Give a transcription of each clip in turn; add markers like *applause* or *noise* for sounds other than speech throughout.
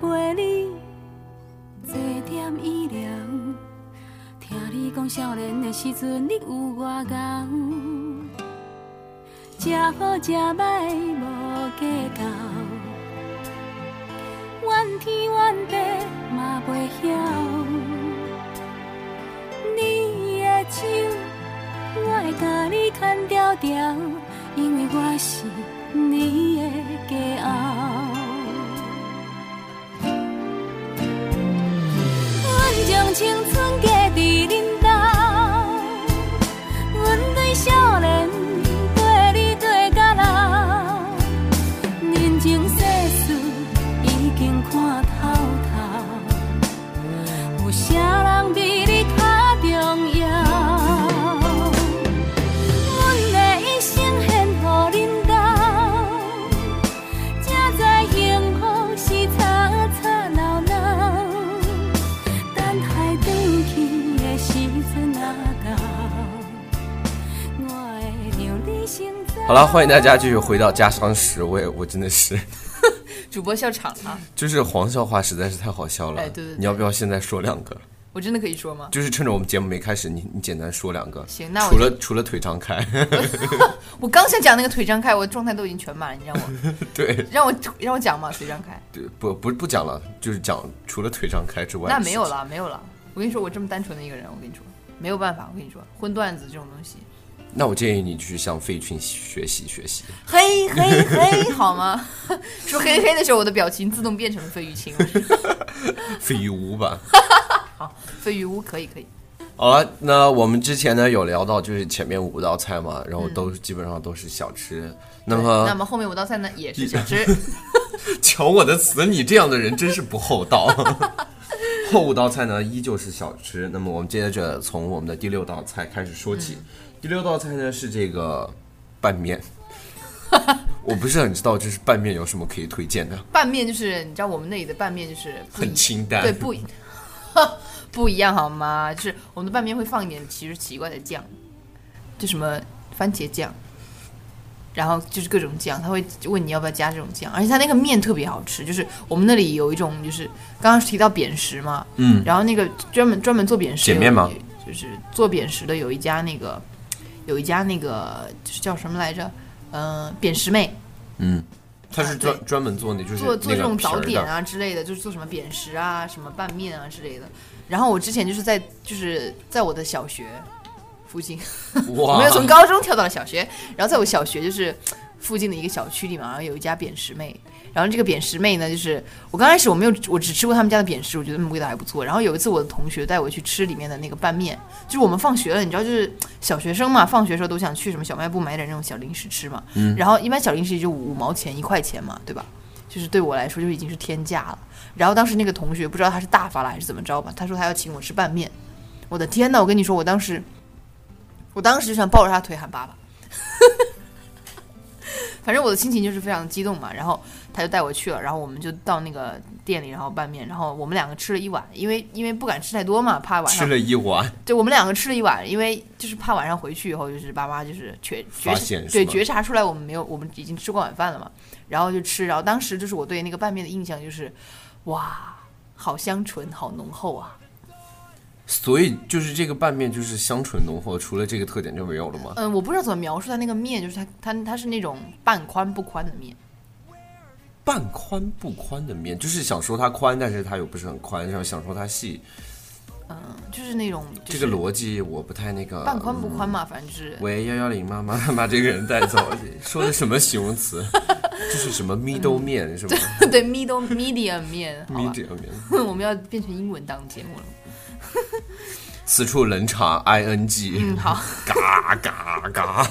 陪你坐点医疗。听你讲少年的时阵你有偌敖，食好食歹无计较，怨天怨地嘛袂晓。你的手，我会甲你牵条条，因为我是你的骄傲。阮将青春嫁伫恁兜，阮对少年陪你对到老，人情世事已经看透透，有啥人比你较重要？阮的一生献乎恁兜，才知幸福是吵吵闹闹。等海转去的时阵啊到，我会让你先走。好了，欢迎大家继续回到家乡十位，我真的是，主播笑场啊了，就是黄笑话实在是太好笑了。哎对对对你要不要现在说两个？我真的可以说吗？就是趁着我们节目没开始，你你简单说两个。行那我除了除了腿张开， *laughs* 我刚想讲那个腿张开，我状态都已经全满了，你让我对让我让我讲嘛，腿张开，对，不不不讲了，就是讲除了腿张开之外，那没有。了，没有了。我跟你说，我这么单纯的一个人，我跟你说没有办法，我跟你说荤段子这种东西，那我建议你去向费群学习学习。嘿嘿嘿，好吗？ *laughs* 说嘿嘿的时候，我的表情自动变成了费玉清，我是费玉无吧。 *laughs* 好，费玉屋可以可以，好了，那我们之前呢有聊到，就是前面五道菜嘛，然后都、基本上都是小吃。那么嗯那么后面五道菜呢也是小吃，抢我的词，你这样的人真是不厚道。 *laughs* 后五道菜呢依旧是小吃，那么我们接着从我们的第六道菜开始说嗯起。第六道菜呢是这个拌面， *laughs* 我不是很知道就是拌面有什么可以推荐的，拌面就是你知道我们那里的拌面就是不一很清淡。对不一 *laughs* 不一样好吗？就是我们的拌面会放一点其实奇怪的酱，就什么番茄酱，然后就是各种酱，他会问你要不要加这种酱，而且他那个面特别好吃，就是我们那里有一种就是刚刚提到扁食嘛，嗯，然后那个专门专门做扁食碱有面吗？就是做扁食的有一家那个有一家那个就是叫什么来着？嗯、扁食妹他是专专门做那就是啊做做那个这种皮儿早的点啊之类的，就是做什么扁食啊、什么拌面啊之类的。然后我之前就是在就是在我的小学附近，我哇， *laughs* 没有从高中跳到了小学，然后在我小学就是附近的一个小区里嘛，然后有一家扁食妹。然后这个扁食妹呢，就是我刚开始我没有，我只吃过他们家的扁食，我觉得嗯味道还不错。然后有一次我的同学带我去吃里面的那个拌面，就是我们放学了，你知道，就是小学生嘛，放学的时候都想去什么小卖部买点那种小零食吃嘛。嗯然后一般小零食也就五毛钱一块钱嘛，对吧？就是对我来说就已经是天价了。然后当时那个同学不知道他是大发了还是怎么着吧，他说他要请我吃拌面，我的天呐，我跟你说，我当时，我当时就想抱着他腿喊爸 *laughs* 爸。反正我的心情就是非常激动嘛，然后他就带我去了，然后我们就到那个店里，然后拌面，然后我们两个吃了一碗，因为因为不敢吃太多嘛，怕晚吃上了一碗，对，我们两个吃了一碗，因为就是怕晚上回去以后，就是爸妈就是觉觉发现是对吧觉察出来我们没有，我们已经吃过晚饭了嘛，然后就吃，然后当时就是我对那个拌面的印象就是，哇，好香醇，好浓厚啊，所以就是这个拌面就是香醇浓厚，除了这个特点就没有了吗？嗯，我不知道怎么描述它那个面，就是它它它是那种半宽不宽的面，半宽不宽的面，就是想说它宽，但是它又不是很宽，然后想说它细，嗯，就是那种、就这是、个逻辑我不太那个。半宽不宽嘛，反正就是嗯。喂，幺幺零妈妈 *laughs* 把这个人带 *laughs* 走，说的什么形容词？这是什么 middle 面是吗嗯对 middle medium 面，好吧， ？middle 面。 *laughs* 我们要变成英文档节目了，此处冷场 i n g。嗯，好，嘎嘎 *laughs* 嘎。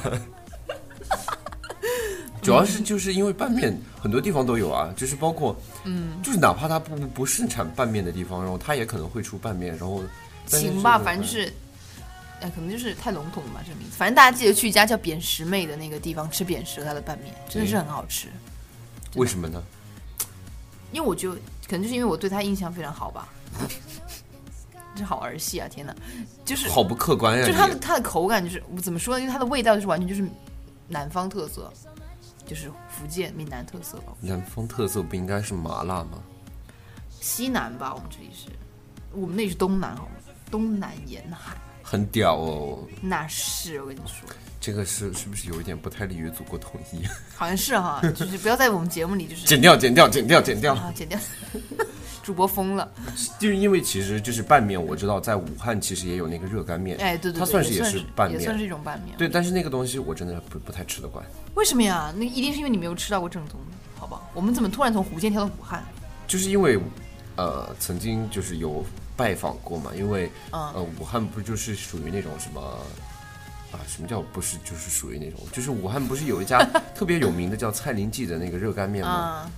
主要是就是因为拌面很多地方都有啊，就是包括，嗯，就是哪怕它不不盛产拌面的地方，然后它也可能会出拌面，然后但是行吧，这个嗯反正就是，哎，可能就是太笼统了吧，这个名字。反正大家记得去一家叫扁食妹的那个地方吃扁食和它的拌面，真的是哎很好吃。为什么呢？因为我就可能就是因为我对它印象非常好吧， *laughs* 这好儿戏啊！天哪，就是好不客观呀、就是它的你它的口感就是我怎么说呢？就是它的味道就是完全就是南方特色，就是福建闽南特色吧。南方特色不应该是麻辣吗？西南吧，我们这里是，我们那里是东南好吗？东南沿海，很屌哦。那是我跟你说，这个是是不是有一点不太利于祖国统一？ *laughs* 好像是哈，就是不要在我们节目里就是剪掉，剪掉，剪掉，剪掉。啊剪掉， *laughs* 主播疯了，就是因为其实就是拌面，我知道在武汉其实也有那个热干面，哎对对对，它算是也是拌也算是面，一种拌面，对，但是那个东西我真的不不太吃得惯。为什么呀？那一定是因为你没有吃到过正宗的，好吧？我们怎么突然从福建跳到武汉？就是因为，呃，曾经就是有拜访过嘛，因为、嗯呃，武汉不就是属于那种什么啊？什么叫不是？就是属于那种，就是武汉不是有一家 *laughs* 特别有名的叫蔡林记的那个热干面吗？啊，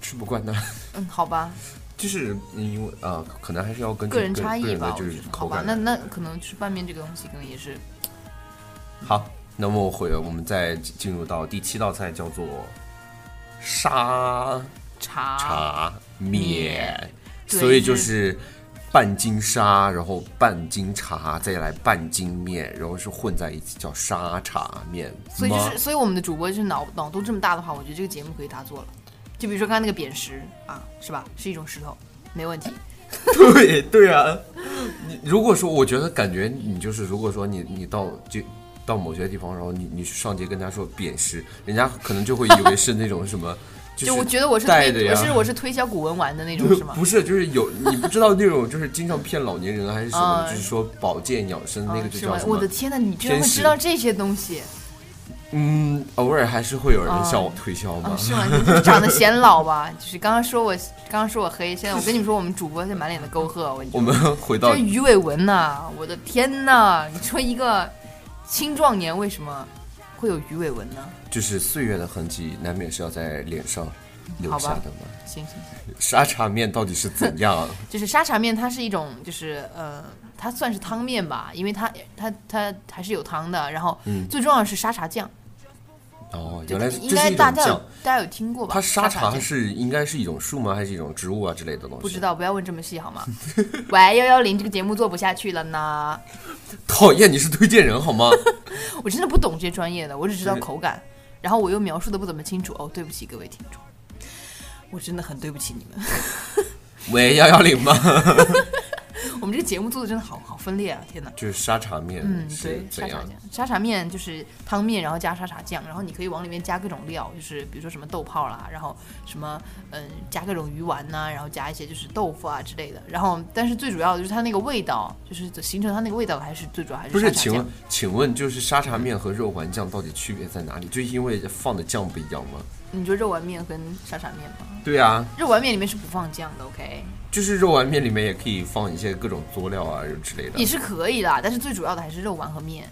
吃不惯的，嗯，好吧，就是因为呃，可能还是要根据个人差异人的吧，我就是觉得，好口吧感，啊那那可能就是拌面这个东西，可能也是好，那么我回我们再进入到第七道菜，叫做沙茶茶面，对所以就就是半斤沙，然后半斤茶，再来半斤面，然后是混在一起叫沙茶面吗。 *laughs* 所以就是，所以我们的主播就是脑脑洞这么大的话，我觉得这个节目可以他做了。就比如说刚才那个扁石啊，是吧？是一种石头，没问题。对对啊，你如果说我觉得感觉你就是，如果说你你到就。到某些地方，然后你你去上街跟人家说扁食，人家可能就会以为是那种什么，就是我觉得我是带的推，呀，我是我是推销古文玩的那种，是吗？不是，就是有你不知道那种就是经常骗老年人啊还是什么，嗯就是说保健养生那个啊就是叫吗什？我么的？天呐，你居然会天使知道这些东西嗯，偶尔还是会有人嗯向我推销啊？嘛。是吗？你就是长得显老吧？就是刚刚说我，刚刚说我黑，现在我跟你们说，我们主播是满脸的沟壑。啊我跟你我说们回到这鱼尾纹呐、我的天呐！你说一个青壮年为什么会有鱼尾纹呢？就是岁月的痕迹，难免是要在脸上留好下吧的嘛。行行。行沙茶面到底是怎 *laughs* 样？就是沙茶面，它是一种就是呃，它算是汤面吧，因为它它它还是有汤的。然后嗯最重要的是沙茶酱，哦，就原来是应这是该一大种家有酱。大家有听过吧？它沙沙茶酱是应该是一种树吗？还是一种植物啊之类的东西？不知。道，不要问这么细好吗？ *laughs* 喂，幺幺零这个节目做不下去了呢，讨厌，你是推荐人好 *laughs* 吗？我真的不懂这些专业的，我只知道是口感，然后我又描述的不怎么清楚。哦，对不起各位听众，我真的很对不起你们。 *laughs* 喂，幺幺零吗？我们这个节目做的真的好好分裂啊！天哪。就是沙茶面嗯，是对，沙怎茶样酱？，沙茶面就是汤面，然后加沙茶酱，然后你可以往里面加各种料，就是比如说什么豆泡啦，然后什么嗯加各种鱼丸呐、然后加一些就是豆腐啊之类的。然后，但是最主要的就是它那个味道，就是形成它那个味道还是最主要还是不沙是，茶请酱问，请问就是沙茶面和肉丸酱到底区别在哪里？就因为放的酱不一样吗？你觉得肉丸面跟沙茶面吗？对啊，肉丸面里面是不放酱的，OK，就是肉丸面里面也可以放一些各种佐料啊之类也的。是可以啦，但是最主要的还是肉丸和面。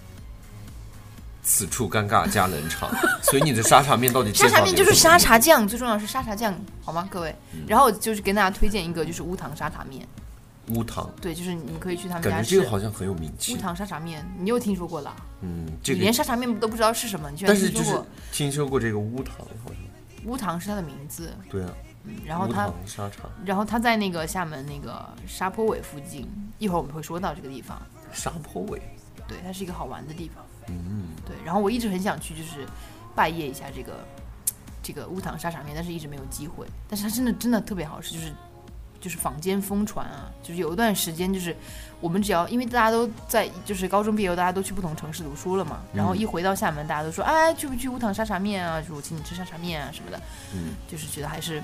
此处尴尬加冷场， *laughs* 所以你的沙茶面到底沙介绍茶面就是沙茶茶酱，最重要的是沙茶酱，好吗，各位？嗯然后就是跟大家推荐一个，就是乌糖沙茶面。乌糖，对，就是你们可以去他们家感觉吃这个好像很有名乌气。糖沙茶面，你又听说过了？嗯，这你个连沙茶面都不知道是什么，你居然但是听就说是过？听说过这个乌糖，好像乌糖是它的名字，对啊，嗯然后乌它糖，沙茶然后它在那个厦门那个沙坡尾附近，一会儿我们会说到这个地方。沙坡尾，对，它是一个好玩的地方。嗯，对，然后我一直很想去，就是拜谒一下这个这个乌糖沙茶面，但是一直没有机会。但是它真的真的特别好吃，就是就是坊间疯传啊，就是有一段时间，就是我们只要因为大家都在就是高中毕业后，大家都去不同城市读书了嘛，然后嗯一回到厦门，大家都说哎去不去乌糖沙茶面啊，就是我请你吃沙茶面啊什么的，嗯，就是觉得还是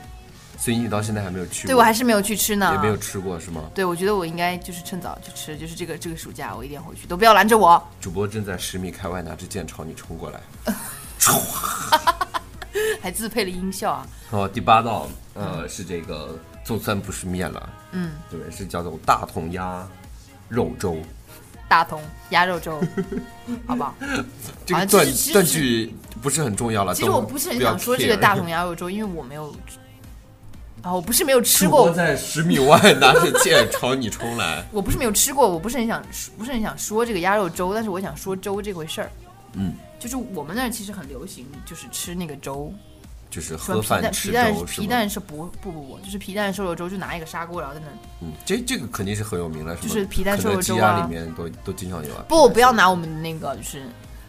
所以你到现在还没有去过，对我还是没有啊去吃呢，也没有吃过是吗？对，我觉得我应该就是趁早去吃，就是这个这个暑假我一定要回去，都不要拦着我。主播正在十米开外拿着剑朝你冲过来。还自配了音效啊！哦，第八道，嗯呃，是这个总算不是面了，嗯，对，是叫做大同鸭肉粥。大同鸭 *laughs* 肉粥，好不好？这个啊断其实断其实句不是很重要了。其实都我不是很要想说这 care 个大同鸭肉粥， *laughs* 因为我没有啊，我不是没有吃主播过，，在十米外拿着剑朝你冲来我不是没有吃过，我不是很想不是很想说这个鸭肉粥，但是我想说粥这回事儿。嗯，就是我们那儿其实很流行，就是吃那个粥，就是说喝皮蛋饭皮吃蛋粥是皮吗？蛋是不不不不，就是皮蛋瘦肉粥，就拿一个砂锅，*laughs* 然后在那嗯，这这个肯定是很有名了，什么就是皮蛋瘦肉粥肯德基啊，啊里面都都经常有啊。 *laughs* 不，不要拿我们那个就是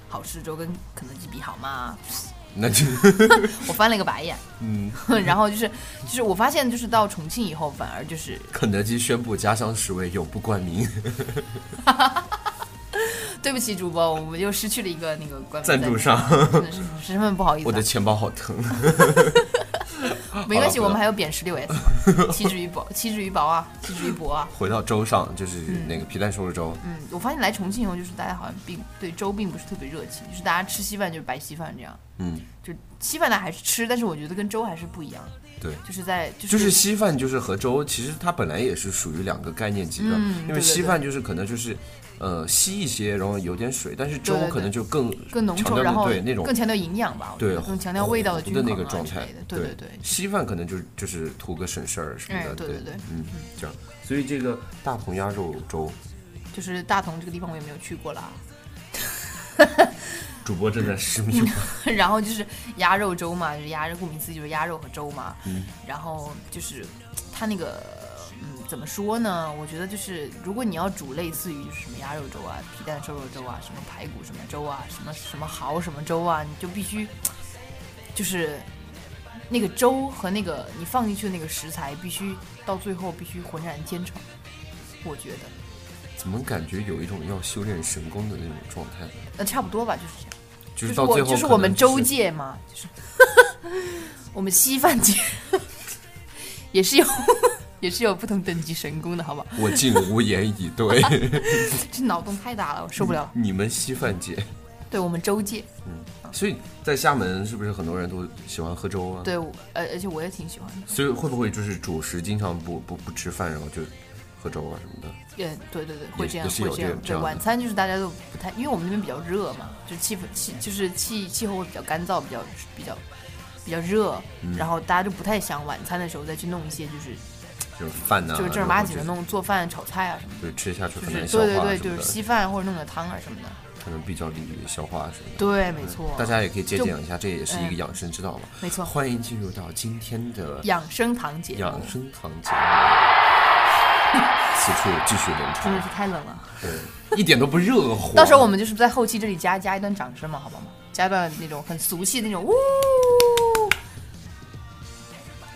好吃粥跟肯德基比好吗？那就我翻了一个白眼。嗯， *laughs* 然后就是就是我发现就是到重庆以后，反而就是肯德基宣布家乡食味永不冠名对不起主播，我们又失去了一个那个官方赞助商，商，真的是十分不好意 *laughs* 思、我啊的。钱包好疼。没关系，好了我们还有扁十六 S，气 *laughs* 质与薄，气质与薄啊，气质与薄啊。回到粥上，就是那个皮蛋瘦肉粥，嗯，我发现来重庆以后，就是大家好像并对粥并不是特别热情，就是大家吃稀饭就是白稀饭这样，嗯，就稀饭呢还是吃，但是我觉得跟粥还是不一样，对。就是在就是就是稀饭，就是和粥，其实它本来也是属于两个概念级的，嗯因对对为稀饭就是可能就是，呃，稀一些，然后有点水，但是粥对对对可能就更更浓强稠，调然的后对那种更强调营养吧，我觉对得更强调味道的均衡、啊、那个状态之类的，对对对对，稀饭可能就是就是图个省事儿什么哎的，对对对嗯，这样。所以这个大同鸭肉粥，就是大同这个地方我也没有去过啦。主播正在失嗯眠，然后就是鸭肉粥嘛，就是鸭肉，顾名思义就是鸭肉和粥嘛。嗯然后就是它那个，嗯，怎么说呢？我觉得就是如果你要煮类似于就是什么鸭肉粥啊、皮蛋瘦肉粥啊、什么排骨什么粥啊、什么什么蚝什么粥啊，你就必须就是那个粥和那个你放进去的那个食材必须到最后必须浑然天成，我觉得。怎么感觉有一种要修炼神功的那种状态呢？那差不多吧，就是这样。就就是到最我后就是可我能们周界嘛，就是 *laughs* 我们稀饭界也是有 *laughs* 也是有不同等级神功的，好不好？我竟 *laughs* 无言以 *laughs* 对。这脑洞太大了，我受不了。你们稀饭界，对我们周界，所以在厦门是不是很多人都喜欢喝粥啊？，对，我呃，而且我也挺喜欢的。所以会不会就是主食经常不不不吃饭，然后就喝粥啊什么的？嗯，对对对，会也这样，也是会有这这样。这对，样的晚餐就是大家都不太，因为我们那边比较热嘛，就气氛气就是气气候会比较干燥，比较比较比较热，嗯然后大家就不太想晚餐的时候再去弄一些就是就是饭呐、就是正儿八经的，弄做饭炒菜啊什么的，对吃下去就很是难消化什对对么的，对，就是稀饭或者弄个汤啊什么的。可能比较利于消化什么的。对，没错，大家也可以借鉴一下，这也是一个养生之道嘛。哎没错。欢迎进入到今天的养生堂节目养生堂节目，此处继续冷真的是场，太冷了，对，一点都不热乎。嗯到时候我们就是在后期这里加加一段掌声嘛，好不好嘛？加一段那种很俗气的那种呜。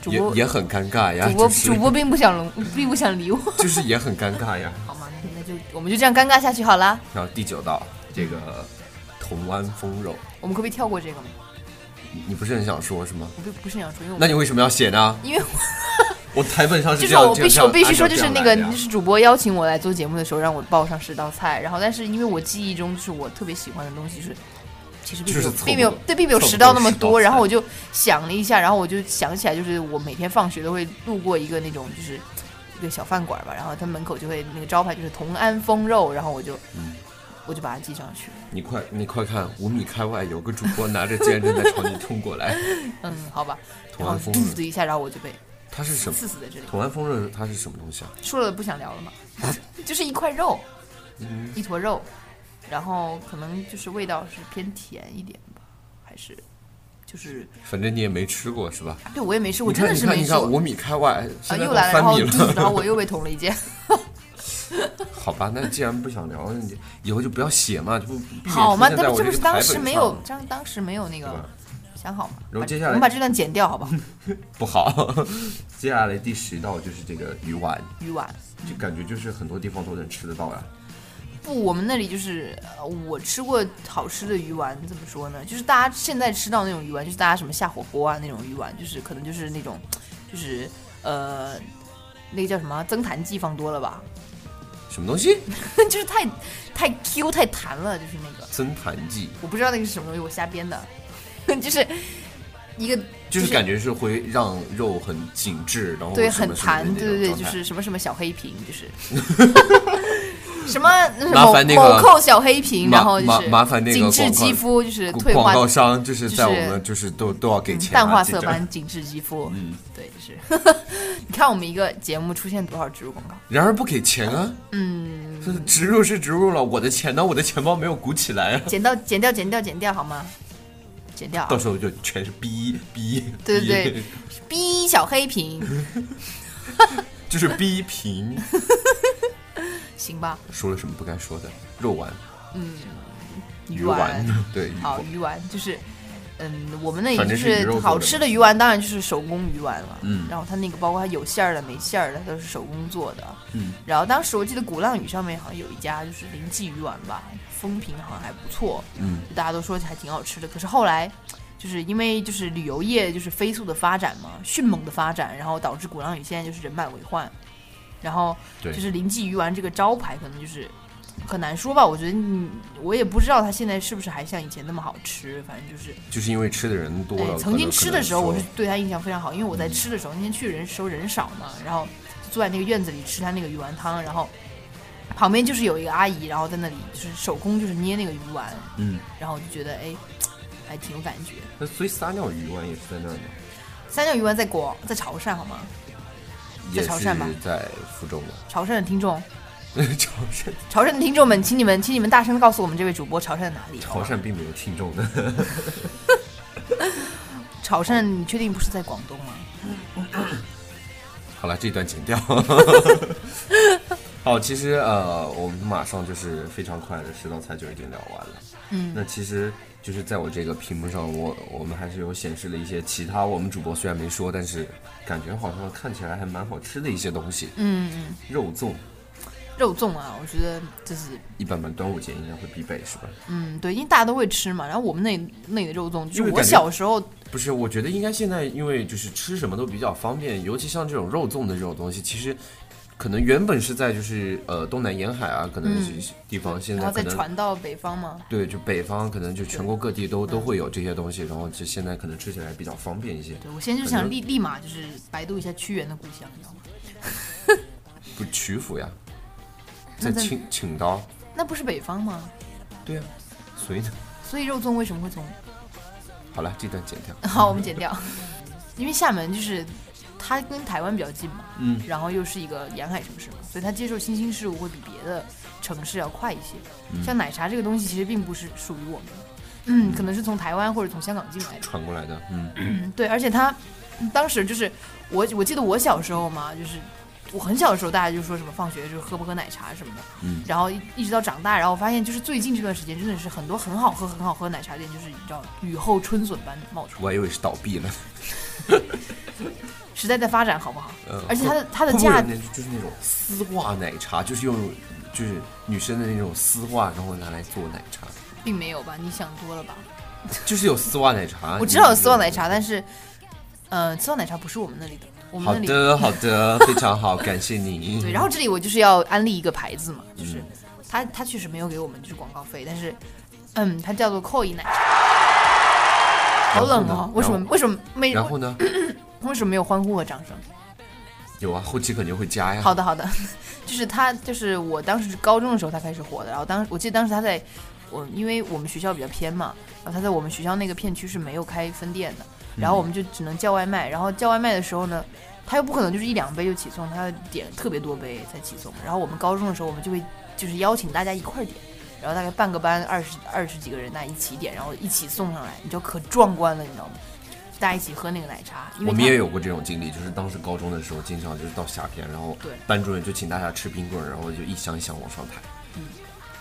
主也播也很尴尬呀，主播就是主播并不想龙，并不想理我，就是也很尴尬呀。好吗？那那就我们就这样尴尬下去好啦。然后第九道这个铜湾风肉，我们可不可以跳过这个嘛？你你不是很想说是吗？我不不是很想说，因为我那你为什么要写呢？因为 *laughs* 我我台本上就是这样，我必须这样我必须说，就是那个按照这样来就的呀是主播邀请我来做节目的时候，让我报上十道菜，然后但是因为我记忆中就是我特别喜欢的东西是，其实并就没有是凑不并没有对并没有凑不十道那够么十道多，然后菜我就想了一下，然后我就想起来，就是我每天放学都会路过一个那种就是一个小饭馆吧，然后它门口就会那个招牌就是同安风肉，然后我就、嗯我就把它记上去了，你快你快看，五米开外有个主播拿着剑正在朝你冲过来， *laughs* 嗯，好吧，同然后安风嘟肉的一下，然后我就被它是什么？刺死在这里。同安风肉它是什么东西啊？说了不想聊了嘛， *laughs* 就是一块肉，嗯一坨肉，然后可能就是味道是偏甜一点吧，还是就是反正你也没吃过是吧？啊对我也没吃过，你真看的你是看没你吃看，过五米开外，啊，现在又都来了，然三后米 *laughs* 嘟然后了。 *laughs* 我又被捅了一箭。好吧，那既然不想聊，那你以后就不要写嘛，就不避免好嘛，出现他在们我这不个是台当本时上没有，当当时没有那对个吧想好嘛？然后把接下来我们把这段剪掉好不 *laughs* 好？不好。 *laughs* 接下来第十道就是这个鱼丸，鱼丸就感觉就是很多地方都能吃得到呀。不，我们那里就是呃我吃过好吃的鱼丸，怎么说呢？就是大家现在吃到那种鱼丸，就是大家什么下火锅啊那种鱼丸，就是可能就是那种，就是呃，那个叫什么增弹剂放多了吧， *laughs* 什么东西？就是太太 Q 太弹了，就是那个增弹剂，我不知道那个是什么东西，我瞎编的， *laughs* 就是一个就是感觉是会让肉很紧致，然后对，什么什么很的弹，那对种对对，状就态是什么什么小黑瓶，就是 *laughs* 什么那是麻某烦那某个扣小黑瓶，麻然后就是麻麻烦那个紧致广告肌肤，就是广退化广告商就是就是在我们就是都都要给钱、啊淡化记色着斑，紧致肌肤。嗯，对，就是 *laughs* 你看我们一个节目出现多少植入广告？然而不给钱啊。 *laughs* 嗯，植入是植入了，我的钱呢？我的钱包没有鼓起来啊。 *laughs* 剪掉，剪掉，剪掉，剪掉，好吗？剪掉啊到！时候就全是逼逼，对逼对对，逼小黑瓶， *laughs* 就是逼贫。行吧？说了什么不该说的？肉丸、*laughs* 鱼丸，对，鱼好，丸鱼丸就是嗯，我们那也反就正是鱼肉做的好吃的鱼丸，当然就是手工鱼丸了。嗯然后它那个包括它有馅儿的、没馅儿的，它都是手工做的。嗯，然后当时我记得鼓浪屿上面好像有一家就是林记鱼丸吧，风评好像还不错，嗯，大家都说还挺好吃的。可是后来，就是因为就是旅游业就是飞速的发展嘛，迅猛的发展，然后导致鼓浪屿现在就是人满为患，然后对就是林记鱼丸这个招牌可能就是很难说吧。我觉得你我也不知道它现在是不是还像以前那么好吃，反正就是就是因为吃的人多哎了。，曾经吃的时候，我是是对它印象非常好，因为我在吃的时候，那天去人时候人少嘛，然后就坐在那个院子里吃它那个鱼丸汤，然后旁边就是有一个阿姨，然后在那里就是手工就是捏那个鱼丸，嗯，然后我就觉得哎，还挺有感觉。那所以撒尿鱼丸也是在那儿吗？三角鱼丸在广在潮汕好吗？也在是潮汕吧在福州吗？ *laughs* 潮汕的听众，潮 *laughs* 汕，潮汕的听众们，请你们，请你们大声地告诉我们这位主播潮汕在哪里？潮汕并没有听众的。潮汕，你确定不是在广东吗？ *laughs* 好了，这段剪掉。 *laughs* 好，其实呃，我们马上就是非常快的十道菜就已经聊完了。嗯，那其实就是在我这个屏幕上，我我们还是有显示了一些其他我们主播虽然没说，但是感觉好像看起来还蛮好吃的一些东西。嗯，嗯肉粽肉粽啊，我觉得就是一般般，端午节应该会必备是吧？嗯，对，因为大家都会吃嘛。然后我们那里那里的肉粽，就因是为我感觉小时候不是，我觉得应该现在因为就是吃什么都比较方便，尤其像这种肉粽的这种东西，其实可能原本是在就是呃东南沿海啊，可能一些地方、现然在后可再能传到北方吗？对，就北方可能就全国各地都都会有这些东西，然后就现在可能吃起来比较方便一些。对，我现在就反想正立立马就是百度一下屈原的故乡，你知道吗？不，曲阜呀，在那在请请刀，那不是北方吗？对呀、所以呢，所以肉粽为什么会从？好了，这段剪掉。 *laughs* 好，我们剪掉，因为厦门就是它跟台湾比较近嘛，嗯，然后又是一个沿海城市嘛，所以它接受新兴事物会比别的城市要快一些。嗯像奶茶这个东西，其实并不是属于我们的，嗯，可能是从台湾或者从香港进来的。传过来的，嗯，嗯，对，而且他嗯当时就是我，我记得我小时候嘛，就是我很小的时候，大家就说什么放学就是喝不喝奶茶什么的，嗯然后一一直到长大，然后我发现就是最近这段时间真的是很多很好喝、很好喝的奶茶店，就是你知道雨后春笋般冒出来，我还以为是倒闭了。时代在发展，好不好？呃而且它的它的会不会有价那就是那种丝袜奶茶，就是用就是女生的那种丝袜，然后拿来做奶茶，并没有吧？你想多了吧？就是有丝袜奶茶。我知道有丝袜奶茶，但是呃，丝袜奶茶不是我们那里的，我你。好们那里的，好的，非常好，感谢你。对，然后这里我就是要安利一个牌子嘛，就是嗯它它确实没有给我们就是广告费，但是嗯，它叫做扣一奶茶。好冷然后哦呢，为什么然后为什么没然后呢？为什么没有欢呼和掌声？有啊，后期肯定会加呀。好的好的， *laughs* 就是它就是我当时高中的时候它开始火的，然后当我记得当时它在我因为我们学校比较偏嘛，然后它在我们学校那个片区是没有开分店的，嗯然后我们就只能叫外卖，然后叫外卖的时候呢。他又不可能就是一两杯就起送，他要点特别多杯才起送。然后我们高中的时候，我们就会就是邀请大家一块儿点，然后大概半个班二十二十几个人，大家一起点，然后一起送上来，你就可壮观了，你知道吗？大家一起喝那个奶茶，因为我们它也有过这种经历，就是当时高中的时候，经常就是到夏天，然后对班主任就请大家吃冰棍儿，然后就一箱一箱往上抬。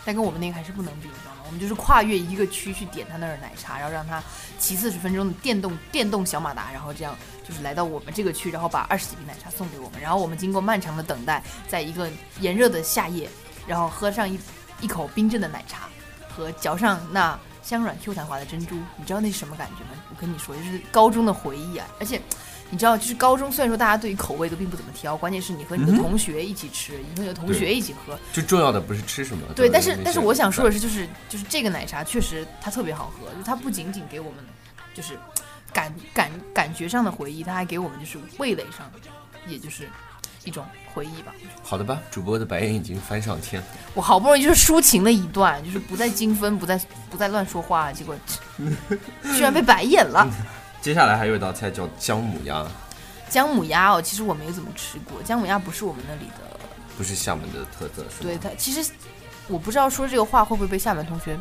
但跟我们那个还是不能比，你知道吗？我们就是跨越一个区去点他那儿的奶茶，然后让他骑四十分钟的电动电动小马达，然后这样就是来到我们这个区，然后把二十几瓶奶茶送给我们，然后我们经过漫长的等待，在一个炎热的夏夜，然后喝上一一口冰镇的奶茶和嚼上那香软 Q 弹滑的珍珠，你知道那是什么感觉吗？我跟你说，就是高中的回忆啊，而且。你知道，就是高中虽然说大家对于口味都并不怎么挑，关键是你和你的同学一起吃，你和你的同对学一起喝，就重要的不是吃什么，对，重要的但是那但是些我想说的是，就是就是这个奶茶确实它特别好喝，就是它不仅仅给我们就是感感感觉上的回忆，它还给我们就是味蕾上，也就是一种回忆吧。好的吧，主播的白眼已经翻上天了。我好不容易就是抒情了一段，就是不再精分，不再不再乱说话，结果居然被白眼了。接下来还有一道菜叫姜母鸭，姜母鸭哦，其实我没有怎么吃过，姜母鸭不是我们那里的，不是厦门的特色，是对吗？它其实我不知道说这个话会不会被厦门同学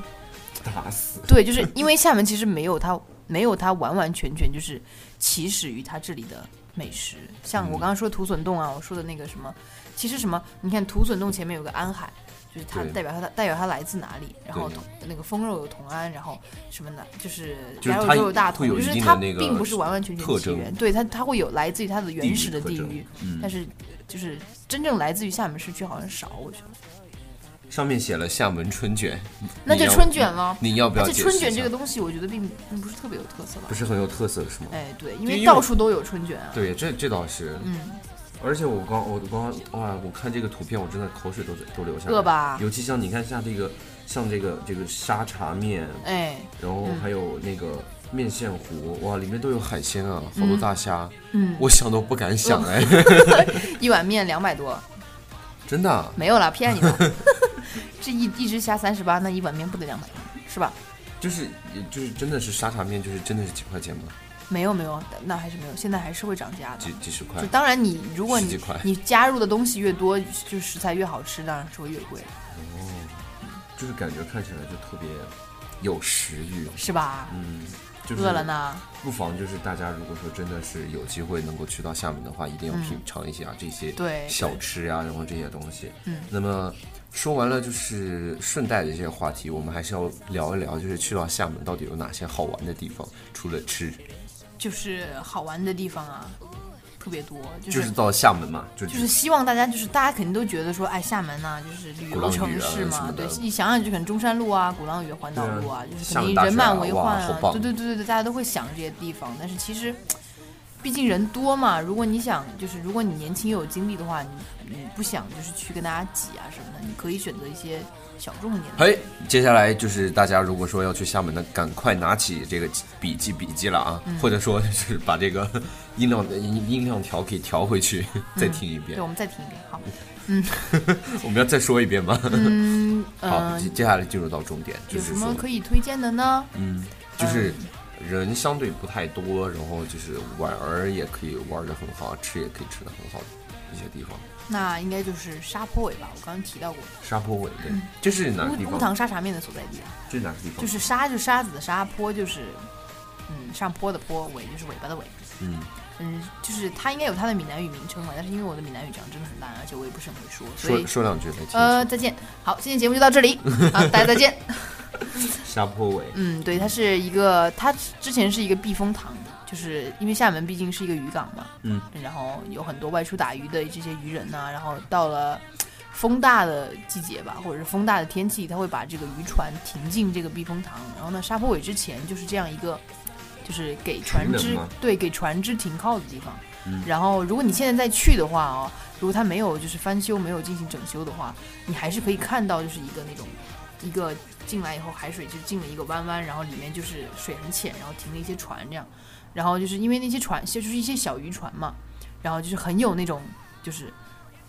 打死。 *laughs* 对，就是因为厦门其实没有它，没有它完完全全就是起始于它这里的美食。嗯像我刚刚说土笋冻啊，我说的那个什么，其实什么，你看土笋冻前面有个安海，就是它对代表它代表它来自哪里，然后对同那个风肉有同安，然后什么的，就是就是羊肉它都有大同，会有就一是定的它那个并不是完完全全特其征源，对它它会有来自于它的地原域始的特地征域，嗯但是就是真正来自于厦门市区好像少，我觉得上面写了厦门春卷，那你就要春卷了。你要不要而解且释一春卷下这个东西，我觉得并并不是特别有特色吧不。是很有特色是吗？哎，对，因因为为到我处都有春卷啊。对，这这倒是，嗯，而且我刚我刚刚哇，我看这个图片，我真的口水都都流下来了，饿吧尤其像你看像这个，像这个这个沙茶面，哎，然后还有那个面线糊，哇，里面都有海鲜啊，好多大虾，嗯，我想都不敢想哎， *laughs* 一碗面两百多，真的啊，没有啦，骗 *laughs* 你的。这一一只虾三十八，那一碗面不得两百，是吧？就是就是真的是沙茶面，就是真的是几块钱吗？没有没有，那还是没有，现在还是会涨价的几。几十块就？当然你，如果十几你块你加入的东西越多，就食材越好吃，当然是会越贵，就是感觉看起来就特别有食欲，是吧？嗯，就是饿了呢，不妨就是大家如果说真的是有机会能够去到厦门的话，一定要品尝一下这些对小吃啊呀、然后这些东西。嗯，那么说完了就是顺带的这些话题，我们还是要聊一聊，就是去到厦门到底有哪些好玩的地方？除了吃，就是好玩的地方啊，特别多，就就是是。到厦门嘛，就就是希望大家，就是大家肯定都觉得说，哎，厦门呐、就是旅鼓游浪屿城啊市什嘛，么对的，一想想就可能中山路啊、鼓浪屿、环岛路啊，对就啊是厦肯定门大人满学啊为哇患好啊，棒对对对对，大家都会想这些地方，但是其实，毕竟人多嘛，如果你想，就是如果你年轻又有精力的话，你你不想就是去跟大家挤啊什么的，你可以选择一些小众一点的。嘿，哎接下来就是大家如果说要去厦门的，赶快拿起这个笔记笔记了啊，嗯或者说就是把这个 *laughs* 音量音音量调给调回去，嗯再听一遍对，。我们再听一遍， *laughs* 好，我们要再说一遍吗？嗯， *laughs* 好，呃，接接下来进入到重点，就有是什说么，可以推荐的呢？嗯，就是人相对不太多，然后就是玩儿也可以玩的很好，吃也可以吃的很好的一些地方。那应该就是沙坡尾吧，我刚刚提到过，沙坡尾，对，这是哪个地乌嗯乌方？塘沙茶面的所在地啊。这是哪个地方？就是沙就沙子的沙，坡就是嗯上坡的坡，尾就是尾巴的尾。嗯，嗯，就是它应该有它的闽南语名称嘛，但是因为我的闽南语讲得真的很烂，而且我也不是很会说，所以说说两句来听一下。呃再见。好，今天节目就到这 *laughs* 里，好，大家再见。沙坡尾，嗯，对，它是一个，它之前是一个避风塘，就是因为厦门毕竟是一个渔港嘛，嗯，然后有很多外出打鱼的这些渔人呐、然后到了风大的季节吧，或者是风大的天气，他会把这个渔船停进这个避风塘，然后呢，沙坡尾之前就是这样一个，就是给船渔人只吗对给船只停靠的地方。嗯然后，如果你现在再去的话哦，如果它没有就是翻修、没有进行整修的话，你还是可以看到就是一个那种一个进来以后，海水就进了一个弯弯，然后里面就是水很浅，然后停了一些船这样，然后就是因为那些船就是一些小渔船嘛，然后就是很有那种就是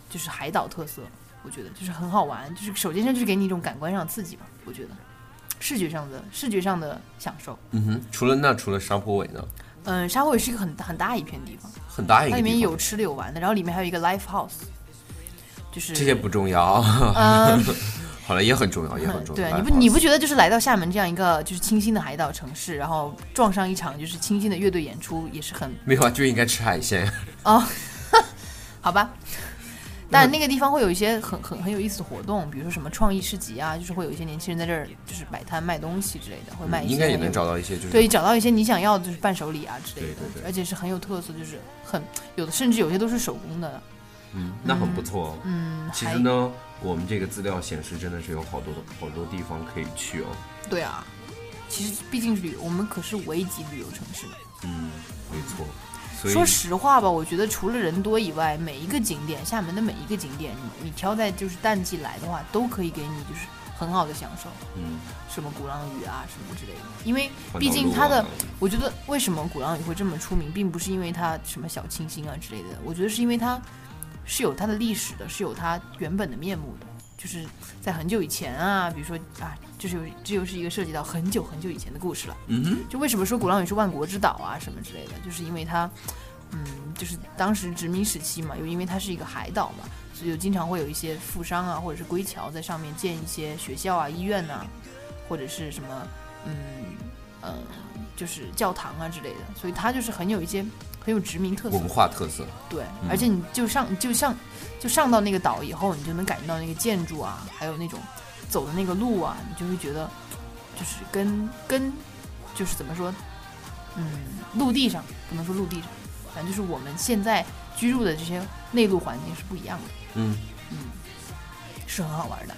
就是海岛特色，我觉得就是很好玩，就是首先就是给你一种感官上的刺激吧，我觉得视觉上的视觉上的享受。嗯哼，除了那除了沙坡尾呢，嗯，沙坡尾是一个很很大一片地方，很大一个它地里面方有吃的有玩的，然后里面还有一个 live house，就是这些不重要，嗯。 *laughs* 好了，也很重要，也很重要。对，来你不不好你意不觉得就是来到厦门这样一个就是清新的海岛城市，然后撞上一场就是清新的乐队演出，也是很思没有啊，就应该吃海 *laughs* 鲜。好吧？ *laughs* 但那个地方会有一些很很很有意思的活动，比如说什么创意市集啊，就是会有一些年轻人在这儿就是摆摊卖东西之类的，会卖一嗯些应该也很有能找到一些就是对，找到一些你想要的，就是伴手礼啊之类的，对对对而且是很有特色，就是很有的，甚至有些都是手工的。嗯，那很不错哦。嗯，其还实呢，我们这个资料显示真的是有好多好多地方可以去哦。对啊，其实毕竟旅游，我们可是五 A 级旅游城市呢。嗯，没错。所以说实话吧，我觉得除了人多以外，每一个景点，厦门的每一个景点，你你挑在就是淡季来的话，都可以给你就是很好的享受，嗯，什么鼓浪屿啊什么之类的。因为环毕岛竟路它的啊，我觉得为什么鼓浪屿会这么出名，并不是因为它什么小清新啊之类的，我觉得是因为它是有它的历史的，是有它原本的面目的。就是在很久以前啊，比如说啊，这是有这又是一个涉及到很久很久以前的故事了。嗯哼，就为什么说鼓浪屿是万国之岛啊什么之类的，就是因为它，嗯，就是当时殖民时期嘛，又因为它是一个海岛嘛，所以就经常会有一些富商啊或者是归侨在上面建一些学校啊、医院呐、或者是什么，嗯呃，就是教堂啊之类的，所以它就是很有一些很有殖民特色文。化特色。对，而且你就上就上就上到那个岛以后，你就能感觉到那个建筑啊，还有那种走的那个路啊，你就会觉得就是跟跟就是怎么说，嗯，陆地上不能说陆地上，反正就是我们现在居住的这些内陆环境是不一样的，嗯，是很好玩的。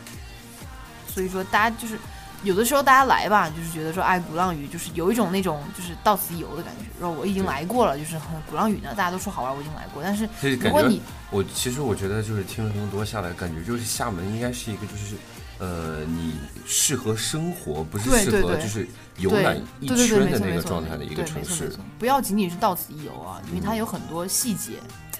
所以说，大家就是有的时候大家来吧，就是觉得说，哎，鼓浪屿就是有一种那种就是到此一游的感觉。然后我已经对来过了，就是很鼓浪屿呢，大家都说好玩，我已经来过，但是所以如感果觉你我其实我觉得就是听了那么多下来，感觉就是厦门应该是一个就是，呃，你适合生活，不是对适对合对就是游对览一对对对，圈没的错那没个错状态的一个对城没错没市错，不要仅仅是到此一游啊，因为它有很多细节，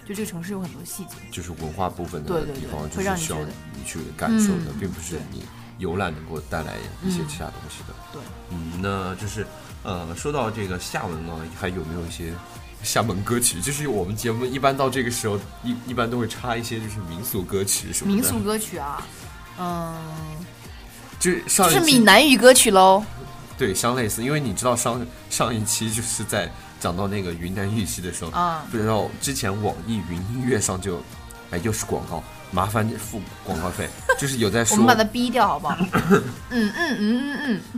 就这个城市有很多细节。就是文化部分对的对地对方，就会是让你需要觉得你去感受的，嗯并不是对你游览能够带来一些嗯其他东西的。对，嗯，那就是呃，说到这个厦门呢，还有没有一些厦门歌曲？就是我们节目一般到这个时候，一一般都会插一些就是民俗歌曲什么的。民俗歌曲啊，嗯，就是就上是一闽期南语歌曲喽。对相类似，因为你知道上上一期就是在讲到那个云南玉溪的时候，啊不知道之前网易云音乐上就，哎，又是广告，麻烦你付广告费，就是有在 *laughs* 我说们把它逼 *laughs* 掉好不好？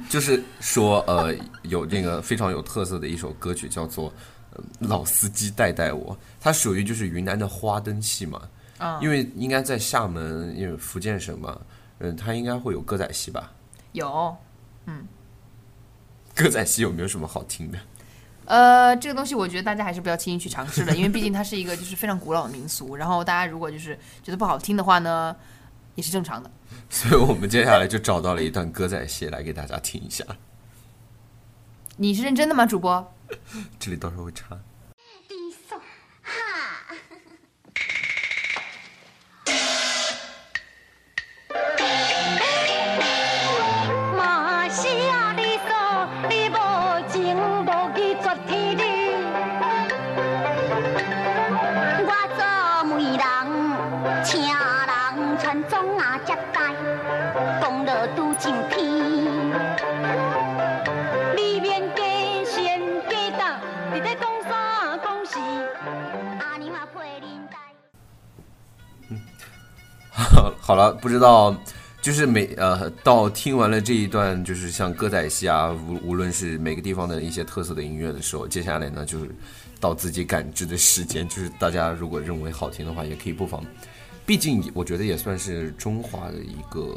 就是说，呃，有那个非常有特色的一首歌曲，叫做《呃老司机带带我》，它属于就是云南的花灯戏嘛，嗯，因为应该在厦门，因为福建省嘛，嗯，它应该会有歌仔戏吧？ *laughs* 有。歌仔戏有没有什么好听的？呃，这个东西我觉得大家还是不要轻易去尝试的，因为毕竟它是一个就是非常古老的民俗。然后大家如果就是觉得不好听的话呢，也是正常的。 *laughs* 所以我们接下来就找到了一段歌仔戏来给大家听一下，你是认真的吗，主播？这里到时候会插。 *laughs* 低送哈。马西亚你说你无情无义绝天理，我做媒人，请人传宗啊接代，讲落拄真偏。里面加咸加淡，你在讲啥讲是？阿娘啊陪恁呆。好了，不知道，就是每呃到听完了这一段，就是像歌仔戏啊，无无论是每个地方的一些特色的音乐的时候，接下来呢就是到自己感知的时间，就是大家如果认为好听的话，也可以不妨，毕竟我觉得也算是中华的一个，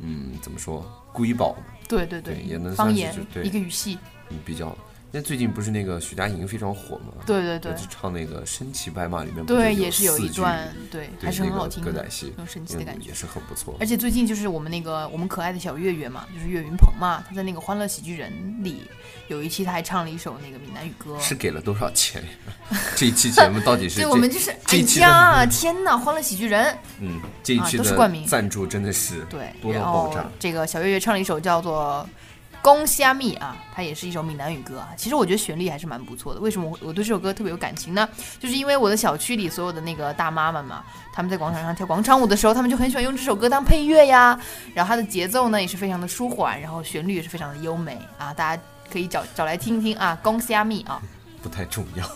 嗯，怎么说瑰宝吧，对对对，对也能方算是言就对一个语系。嗯，比较。那最近不是那个许佳莹非常火嘛？对对对就。是唱那个《身骑白马》里面，对，也也是有一四句段，对，对还是那很个好听的，歌仔戏，很神奇的嗯感觉。也是很不错。而且最近就是我们那个我们可爱的小月月嘛，就是岳云鹏嘛，他在那个《欢乐喜剧人》里有一期他还唱了一首那个闽南语歌。是给了多少钱呀？ *laughs* 这一期节目到底是 *laughs* 对，这我们就是这哎一期的呀，天哪，《欢乐喜剧人》嗯，这一啊期都是的冠名赞助真的是对，多到然爆后炸。这个小月月唱了一首叫做《公虾米》啊，它也是一首闽南语歌啊。其实我觉得旋律还是蛮不错的。为什么我我对这首歌特别有感情呢？就是因为我的小区里所有的那个大妈们嘛，她们在广场上跳广场舞的时候，她们就很喜欢用这首歌当配乐呀。然后它的节奏呢也是非常的舒缓，然后旋律也是非常的优美啊，大家。可以找找来听一听啊，《公虾米》啊，不太重要。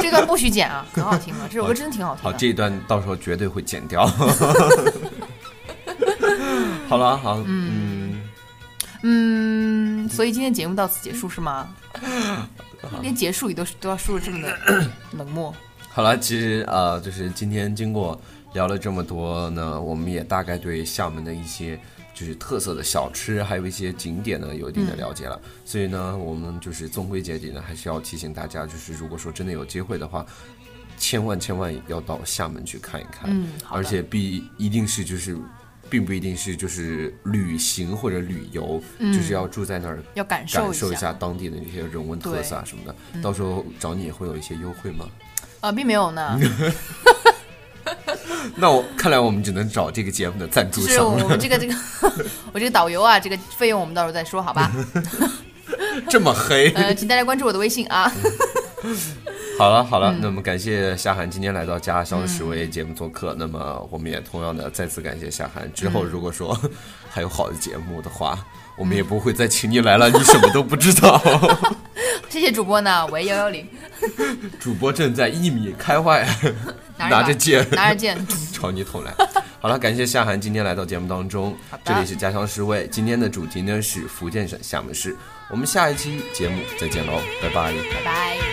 这段不许剪啊，可好听了，这首歌真的挺好听好，的。啊这一段到时候绝对会剪掉。 *laughs* 好了，好，嗯，嗯，所以今天节目到此结束 *laughs* 是吗？连结束语都都要说的这么的 *coughs* 冷漠。好了，其实呃，就是今天经过聊了这么多呢，我们也大概对厦门的一些就是特色的小吃，还有一些景点呢有一定的了解嗯了。所以呢，我们就是总归结底呢，还是要提醒大家，就是如果说真的有机会的话，千万千万要到厦门去看一看，嗯好的而且必一定是就是。并不一定是就是旅行或者旅游，就是要住在那儿要感嗯受感一下嗯受一下当地的那些人文特色啊什么的。到时候找你也会有一些优惠吗？啊，并没有 *laughs* 呢，那我看来我们只能找这个节目的赞就助是商我了们，这个这 *laughs* 个我这个导游啊，这个费用我们到时候再说，好吧？这么黑。呃，请大家关注我的微信啊。 *laughs* 好了好嗯了，那么感谢夏涵今天来到《家乡十味》节目做客，那么我们也同样的再次感谢夏涵。之后如果嗯说还有好的节目的话，我 *laughs* 们也不会再请你来了，你什么都不知道。谢谢主播呢，喂幺幺零，主播正在一米开外拿拿着把剑拿着剑，朝你捅来。好了，感谢夏涵今天来到节目当中好的，这里是家乡市味，今天的主题呢是福建省厦门市，我们下一期节目再见喽，拜拜。拜拜。